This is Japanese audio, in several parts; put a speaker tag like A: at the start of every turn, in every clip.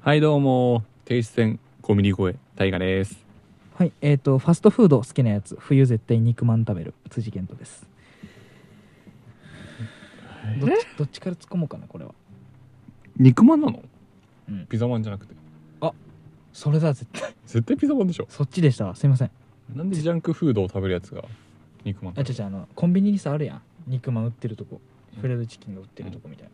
A: はいどうも停止線コミュニ声大河です
B: はい、えっ、と、ファストフード好きなやつ、冬絶対肉まん食べる、辻健人です。どっち、どっちから突っ込もうかな、これは。
A: 肉まんなの、
B: うん
A: ピザまんじゃなくて
B: それだ、絶対。
A: 絶対ピザまんでしょ
B: そっちでしたわ、すいません。
A: なんでジャンクフードを食べるやつが肉まん
B: あ、ちゃちゃ、あの、コンビニにさ、あるやん。肉まん売ってるとこ、フレードチキンが売ってるとこみたいな。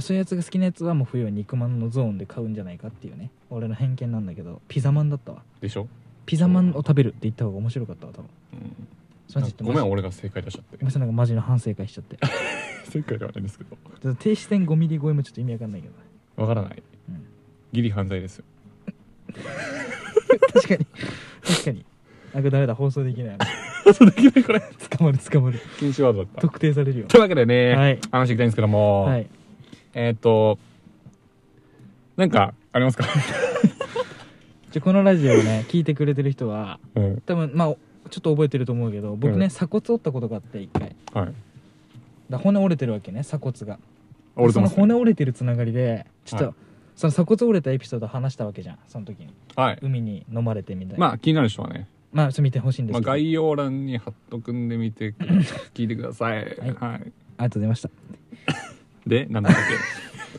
B: でそういうやつが好きなやつは、もう冬は肉まんのゾーンで買うんじゃないかっていうね。俺の偏見なんだけど、ピザまんだったわ。
A: でしょ、
B: ピザまんを食べるって言った方が面白かったわ、多分。
A: うん
B: すいません、ちょっと
A: ごめん
B: マジ
A: 俺が正解出しちゃっ
B: すいません、なんかマジの反省会しちゃって。ち
A: て正解ではないんですけど
B: ょっと停止線5ミリ超えもちょっと意味わかんないけどね。
A: わからない
B: うん
A: ギリ犯罪ですよ
B: 確かに確かにあこれダメだ放送できない
A: そうできないこれ
B: 捕まる捕まる
A: 禁止ワードだった
B: 特定されるよ
A: というわけでね、
B: はい
A: 話していきたいんですけども、
B: はい
A: えっ、ー、となんかありますか、
B: じゃあこのラジオをね聞いてくれてる人は
A: うん、
B: 多分まあちょっと覚えてると思うけど僕ね、
A: うん
B: 鎖骨折ったことがあって一回
A: はい
B: だ骨折れてるわけね鎖骨が
A: 俺と
B: そ
A: ま
B: の
A: すね
B: 骨折れてるつながりでちょっと、
A: はい
B: その鎖骨折れたエピソード話したわけじゃんその時に
A: はい
B: 海に飲まれてみたいな
A: まあ気になる人はね
B: まあちょっと見てほしいんで
A: ますあ、
B: けど、あり
A: 概要欄に貼っとくんでみて く聞いてください、は
B: はいいがとうございましたち
A: でなんだっ
B: ょ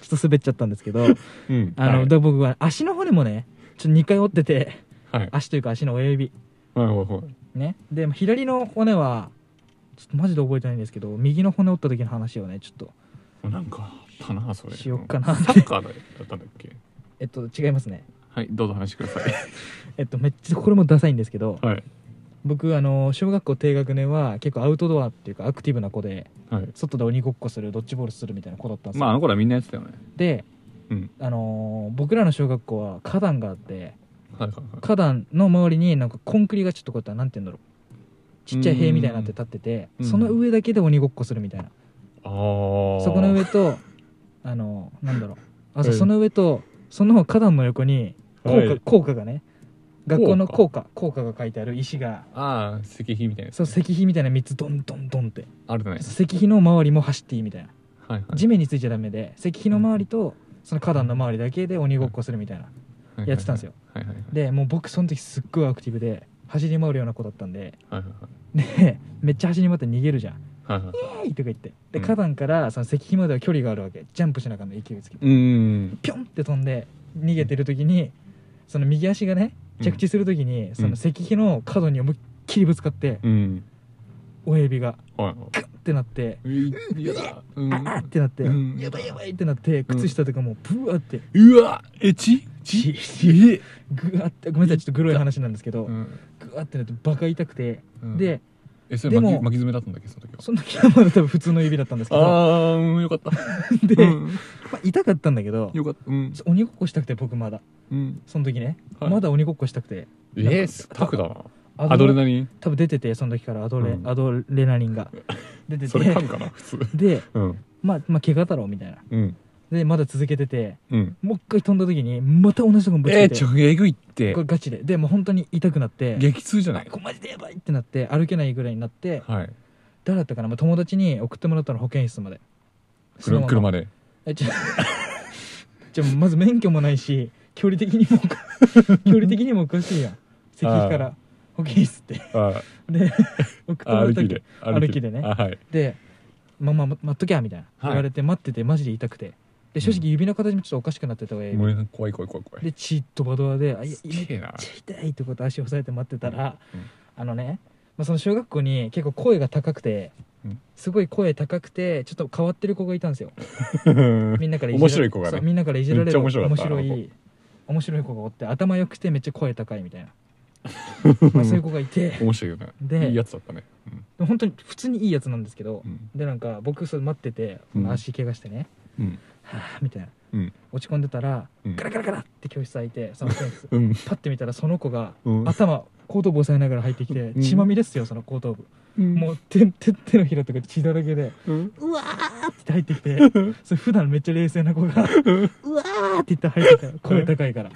B: っと滑っちゃったんですけど
A: け、うん、
B: あの、
A: はい
B: で僕は足の骨もねちょっと2回折ってて
A: はい
B: 足というか足の親指
A: はいはいはい
B: ねで左の骨はちょっとマジで覚えてないんですけど右の骨折った時の話をねちょっと
A: なんかあったなそれ
B: しよっかな
A: サッカーだったんだっけ
B: えっと違いますね
A: はいどうぞ話してください
B: えっとめっちゃこれもダサいんですけど
A: はい
B: 僕あの小学校低学年は結構アウトドアっていうかアクティブな子で
A: はい
B: 外で鬼ごっこするドッジボールするみたいな子だったんですよ、
A: まああの頃はみんなやってたよね
B: で、
A: うん
B: あのー僕らの小学校は花壇があって
A: はいはいはい
B: 花壇の周りになんかコンクリがちょっとこうやったらなんて言うんだろうちっちゃい塀みたいになって立ってて
A: うん
B: その上だけで鬼ごっこするみたいな
A: あー
B: そこの上と、あの、なんだろう。あ、そう
A: うん
B: その上と、その花壇の横に、校
A: はい
B: 歌、校歌がね、学校の
A: 校
B: 校歌、校歌が書いてある石が、
A: ああ石碑みたいなやつ
B: その石碑みたいな3つ、ドンドンドンって。
A: あるね
B: 石碑の周りも走っていいみたいな。
A: はいはい
B: 地面についちゃダメで、石碑の周りと、その花壇の周りだけで鬼ごっこするみたいな、
A: はい
B: やってたんですよ。
A: はいはいはい
B: で、もう僕、その時すっごいアクティブで、走り回るような子だったんで、
A: はい
B: で、めっちゃ走り回って逃げるじゃん。
A: はいはいはいはい
B: えーいとか言って。で、
A: うん
B: 花壇から、その石碑までは距離があるわけ。ジャンプしながらの勢いつけて
A: う。ーん
B: ピョンって飛んで逃げてる時にその右足がね着地する時に、その石碑の角に思いっきりぶつかって、
A: うん
B: 親指が
A: はいはい
B: グッてなって、
A: ういやだうん
B: あーってなって、
A: うん
B: やばいやばいってなって靴下とかもうブワーって
A: うわえち ちえ
B: グワーってごめんなさいちょっとグロい話なんですけど、
A: うん
B: グワーってなってバカ痛くて、
A: うん
B: で
A: えそれ巻
B: で
A: き
B: も
A: 巻き爪だったんだっけその時は
B: その時はまだ多分普通の指だったんですけど
A: ああーうんよかった
B: で、
A: う
B: ま
A: ん
B: あ、痛かったんだけど
A: よかったうん
B: 鬼ごっこしたくて僕まだ
A: うん
B: その時ね、
A: はい
B: まだ鬼ごっこしたくて
A: え
B: なん
A: ー
B: か
A: スタフだな
B: ア
A: アドレナリン
B: 多分出ててその時からアドレ,、
A: うん
B: アドレナリンが出て
A: それ
B: て
A: 噛むかな普通
B: で
A: うん
B: まあまあ怪我だろうみたいな
A: うん
B: でまだ続けてて
A: うん
B: もう一回飛んだ時にまた同じとこにぶつ
A: え
B: け
A: ー、
B: て、
A: ちょえぐいって
B: これガチででもう本当に痛くなって
A: 激痛じゃない
B: これマジでやばいってなって歩けないぐらいになって
A: はい
B: 誰だったかな、まあ、友達に送ってもらったの保健室までそのま
A: 車
B: ま
A: 車で
B: えちょ ちょまず免許もないし距離的にも 距離的にもおかしいやん石碑から保健室って
A: あ
B: で送っても
A: あ
B: らっ
A: 歩
B: た
A: き
B: 時
A: で
B: 歩きでね
A: あはい
B: で「まあまあ待っときゃ」みたいな言われて待っててマジで痛くてで正直指の形もちょっとおかしくなってた親指
A: もうなんか怖い怖い怖い怖い
B: でチーッとバドアで「あいや
A: す
B: めっ
A: げえな
B: ちゃ痛い」ってこと足押さえて待ってたら、
A: うんうん
B: あのね、まあ、その小学校に結構声が高くて、
A: うん
B: すごい声高くてちょっと変わってる子がいたんですよみんなからいじら
A: 面白い子がね
B: そうみんなからいじられ
A: めっちゃ
B: る
A: 面白かった
B: 面
A: あの
B: い面白い子がおって頭良くてめっちゃ声高いみたいな、まあ、そういう子がいて
A: 面白いよね
B: で
A: いいやつだったねうん
B: でも本当に普通にいいやつなんですけど、
A: うん
B: でなんか僕それ待ってて、
A: うん
B: 足怪我してね
A: うん
B: はぁみたいな
A: うん
B: 落ち込んでたら、
A: うん
B: ガラガラガラって教室開いてその先生
A: うん
B: パッて見たらその子が
A: うん
B: 頭後頭部押さえながら入ってきて
A: うん
B: 血まみれっすよその後頭部、
A: うん
B: もう手手手のひらとか血だらけで
A: うん
B: うわーって入ってき てそれ普段めっちゃ冷静な子がうわーって言って入ってきたの声高いから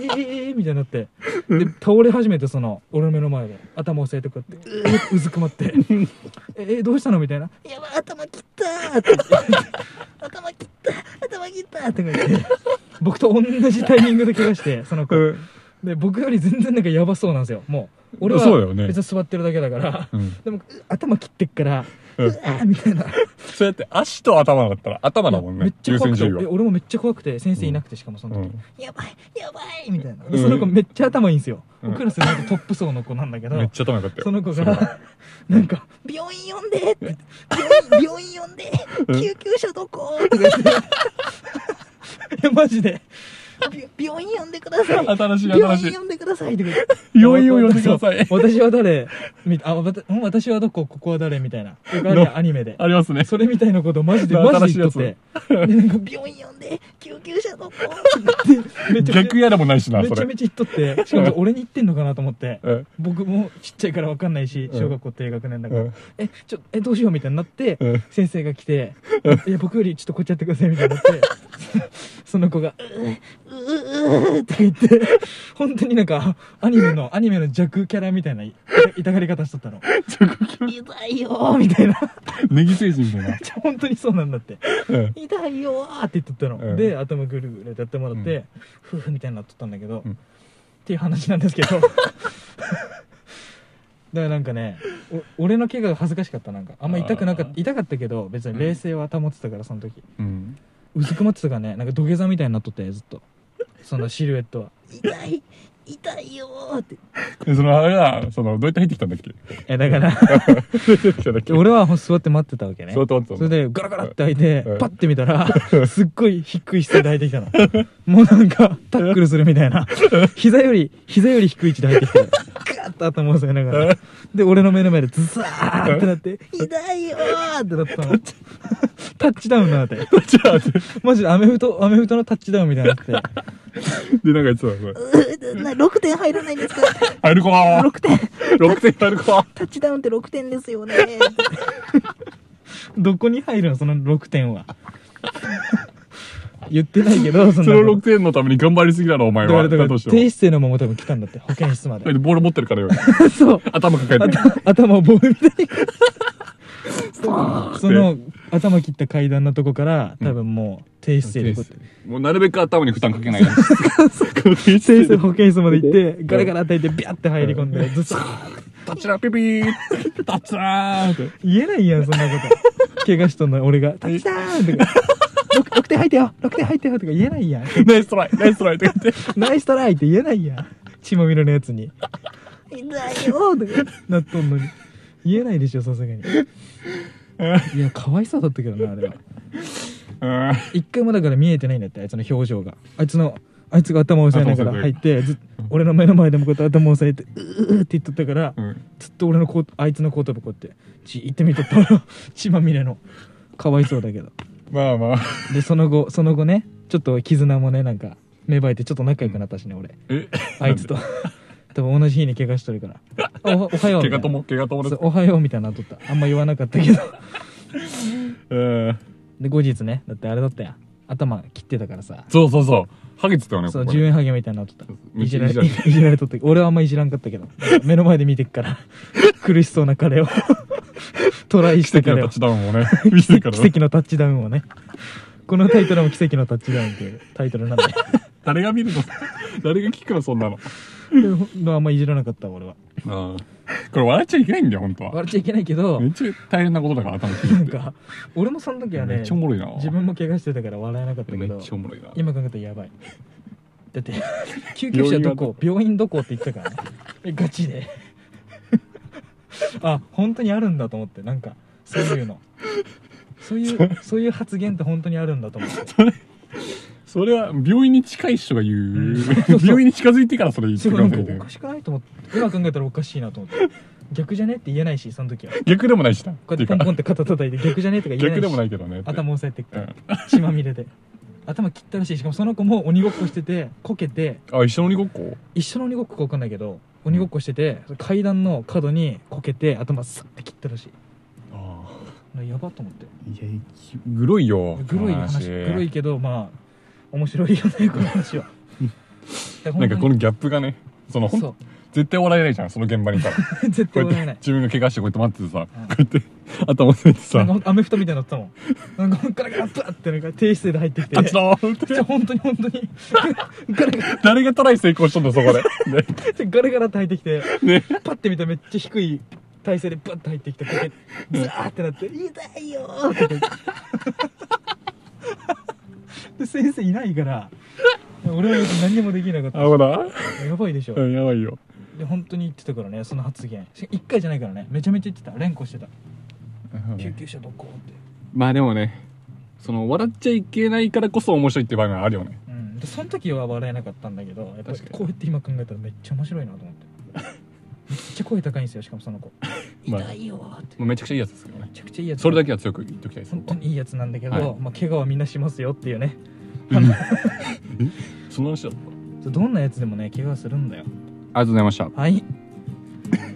B: えーみたいになってで倒れ始めてその俺の目の前で頭押さえてこうやってうーうずくまって「えーどうしたの?」みたいな「やばい頭切った!」って言って「頭切った頭切った!」って言って僕と同じタイミングで怪我してその子、
A: うん
B: で僕より全然なんかやばそうなんですよもう俺は
A: そうだよね
B: 別に座ってるだけだから、
A: うん
B: でもう頭切ってっから、
A: う
B: うんわーみたいな
A: そうやって足と頭だったら頭だもん
B: めっ
A: ね
B: ちゃ
A: 優
B: 怖
A: 先
B: くて
A: 順
B: え
A: 位は
B: 俺もめっちゃ怖くて先生いなくてしかもその時、やばいやばいみたいな、でその子めっちゃ頭いいんですよ、
A: うん
B: クラスのトップ層の子なんだけ
A: うん
B: ど
A: めっちゃ頭良かったよ
B: その子
A: れは
B: が なんか「病院呼んで!」って病院「病院呼んで
A: うん
B: 救急車 どこ?」とか言っていやマジで「び病院呼んでください
A: 新しい新
B: 病
A: し
B: 院
A: い
B: 呼んでください」とか言って
A: 余韻を呼んでください
B: そう 私は誰みあわたん私はどこここは誰みたいなよくあるやん
A: の
B: アニメで
A: ありますね
B: それみたいなことマジで
A: 新
B: マジ
A: しい
B: で言
A: や
B: っ
A: つ
B: とってでなんか病院呼んで救急車ど こってめちゃめち
A: 逆やでもないし
B: ゃ
A: な
B: め
A: そ
B: ちゃ
A: れ
B: めちゃ言っとってしかも俺に言ってんのかなと思って
A: うん
B: 僕もちっちゃいから分かんないし
A: うん
B: 小学校低学年だか
A: う
B: ら、
A: ん
B: えちょえどうしようみたいになって、
A: うん
B: 先生が来て、いや僕よりちょっとこっちやってくださいみたいになって その子が「うーうーうー」って言って本当になんかアニメのアニメの弱キャラみたいない痛がり方しとったの「痛いよー」みたいな
A: ネギ星人みたいな
B: ちょ本当にそうなんだって
A: うん
B: 「痛いよー」って言っとったの、
A: うん
B: で頭ぐるぐるやってもらって、
A: う
B: 夫婦みたいになっとったんだけど、
A: うん
B: っていう話なんですけど だからなんかねお俺の怪我が恥ずかしかったなんかあんま痛くなかっ
A: あ
B: た
A: ー
B: 痛かったけど別に冷静は保ってたからその時
A: うん
B: うずくまってたからねなんか土下座みたいになっとったよずっとそのシルエッ トは痛い痛いよーって
A: でそのあれだそのどうやって入ってきたんだっけ
B: えだから
A: どうやって入ってきたんだっけ
B: 俺は座って待ってたわけね
A: 座って待ってたん
B: そ
A: だ
B: れでガラガラって開いて
A: うん
B: パッて見た らすっごい低い姿勢で入ってきたのもうなんかタックルするみた いな膝より膝より低い位置で入ってきてガーッと頭を押さえなが
A: うん
B: らで俺の目の前でズサーってなって「痛いよ!」ってなったのタッチダウンになっ て
A: じゃあで
B: マジでアメフトアメフトのタッチダウンみたいになっ
A: で
B: て
A: なんか言ってたのこれ
C: な6点入らないんですか
A: アルコー
C: 6点
A: 6点アルコー
C: タッチダウンって6点ですよね
B: どこに入るのその6点 は言ってないけどそん
A: そ
B: な
A: の6
B: こと
A: 点のために頑張りすぎだろお前
B: だか
A: は
B: らだか
A: だ
B: ら
A: として
B: 低
A: も
B: 姿勢のまま多分来たんだって保健室ま
A: だっ
B: で
A: てボール持ってるからよ
B: そう
A: 頭抱えて
B: 頭頭を棒みたいにその頭切った階段のとこから多分もう低姿勢でこうやって
A: もうなるべく頭に負担かけないよ うに低姿
B: 低姿
A: 勢
B: 勢保健室まで行ってガラガラって開いてビャって入り込んでずっと
A: タッチラピピータッチラーって
B: 言えないやんそんな こと怪我しとんのに俺が「タッチダーン!」とか6「6点入ってよ6点入ってよ」とか言えないやん
A: ナイストライナイストライって言って
B: 「ナイストライ!」って言えないやん血まみれのやつに
C: 痛いよとか
B: なっとんのに言えないでしょさすがにいやかわいそうだったけどなあれは
A: うん
B: 一回もだから見えてないんだってあいつの表情があいつのあいつが頭を押さえながら入ってずっ俺の目の前でもこうやって頭を押さえて「うー」って言っとったから、
A: うん
B: ずっと俺のこうあいつの後頭部こうやってじーって見とったら 血まみれのかわいそうだけど
A: まあまあ
B: でその後その後ねちょっと絆もねなんか芽生えてちょっと仲良くなったしね俺
A: え
B: あいつと 多分同じ日に怪我しとるから 「あおおはよう」
A: 怪我と
B: みたいな
A: も怪我ともで
B: そ
A: す
B: うおはよう」みたいなのとったあんま言わなかったけど
A: うん
B: で後日ねだってあれだったやん頭切ってたからさ
A: そうそうそうハゲてたよね
B: そう
A: これ
B: 10円ハゲみたいになっとった
A: めっ
B: い
A: ち
B: じ
A: ゃ
B: ら
A: い
B: れ
A: じられ
B: いじられとって俺はあんまいじらんかったけど目の前で見てっから 苦しそうな彼を トライし
A: 奇
B: た
A: 跡の
B: 彼
A: タ
B: を
A: ッチダウンをね 見せてから
B: 奇跡のタッチダウンをねこのタイトルも奇跡のタッチダウンっていうタイトルな んで
A: 誰が見るの誰が聞くのそんな の
B: のあんまいじらなかった俺は
A: うんこれ笑っちゃいけないんだよ本当は
B: 笑っちゃいけないけど
A: めっちゃ大変なことだから頭切
B: な
A: るっ
B: ん
A: て
B: か俺もその時はね
A: めっちゃおもろいな
B: 自分も怪我してたから笑えなかったけ
A: めっ
B: ど
A: ちゃおもろいな
B: 今考えたらやばいだって救急車どこ病院どこって言ってたからね えガチであ本当にあるんだと思ってなんかそういうのそういうそういう発言って本当にあるんだと思って
A: それは病院に近い人が言う、
B: ん
A: 病院に近づいてからそれ言っ
B: す
A: てく
B: ごいな
A: ださいね
B: んかおかしくないと思って今考えたらおかしいなと思って逆じゃねって言えないしその時はこ
A: 逆でもないしな
B: うやってポンポンって肩叩いて逆じゃねとか言えない
A: 逆で
B: し
A: もないけどね
B: 頭押さえてっから血まみれで頭切ったらしいしかもその子も鬼ごっこしててこけて
A: あ一緒の鬼ごっこ
B: 一緒の鬼ごっこか分かんないけど鬼ごっこしてて階段の角にこけて頭サッて切ったらしい
A: ああ
B: なやばと思って
A: いやきグロいよ
B: グロい話
A: この
B: グロいけどまあ面白いよねこの話 は
A: なんかこ
B: の
A: のギャップがねそのほん
B: そ
A: 絶対笑えないじゃんその現場にいたら
B: う絶
A: こ
B: 対
A: うやっ
B: 笑え
A: て
B: ない
A: 自分が怪我してこうやって待っててさ、
B: うん
A: こうやって頭つめて
B: な
A: さ
B: ん、かアメフトみたいになってたもんなんかガラガラブワッてなんか低姿勢で入ってきて
A: 立ち直る
B: じゃ本当に本当に ガラガラ
A: 誰がトライ成功したんだ、そ こで。ね
B: ガラガラって入ってきて
A: ね。
B: パッて見たらめっちゃ低い体勢でバッて入ってきてこうやってザーってなって
C: 痛いよ
B: で先生いないから俺は何にもできなかっ
A: あ、ほら。
B: たやばいでしょ
A: うん、やばいよ。
B: で本当に言ってたからねその発言し一回じゃないからねめちゃめちゃ言ってた連呼してた救急車どこって、
A: まあでもね、その、笑っちゃいけないからこそ面白いっていう場合があるよね。
B: うん、でその時は笑えなかったんだけどやっぱ
A: 確
B: り
A: かに
B: こうやって今考えたらめっちゃ面白いなと思ってめっちゃ声高いんですよしかもその子
A: まあ
C: 痛いよって
A: まあめちゃくちゃいいやつですけどね
B: め。ちゃくちゃいいやつ
A: それだけは強く言っておきたいです。
B: 本当にいいやつなんだけど、
A: はい
B: まあ、怪我はみんなしますよっていうね
A: その話だった。
B: どんなやつでもね怪我するんだよ
A: ありがとうございました。
B: はい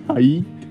A: はいって。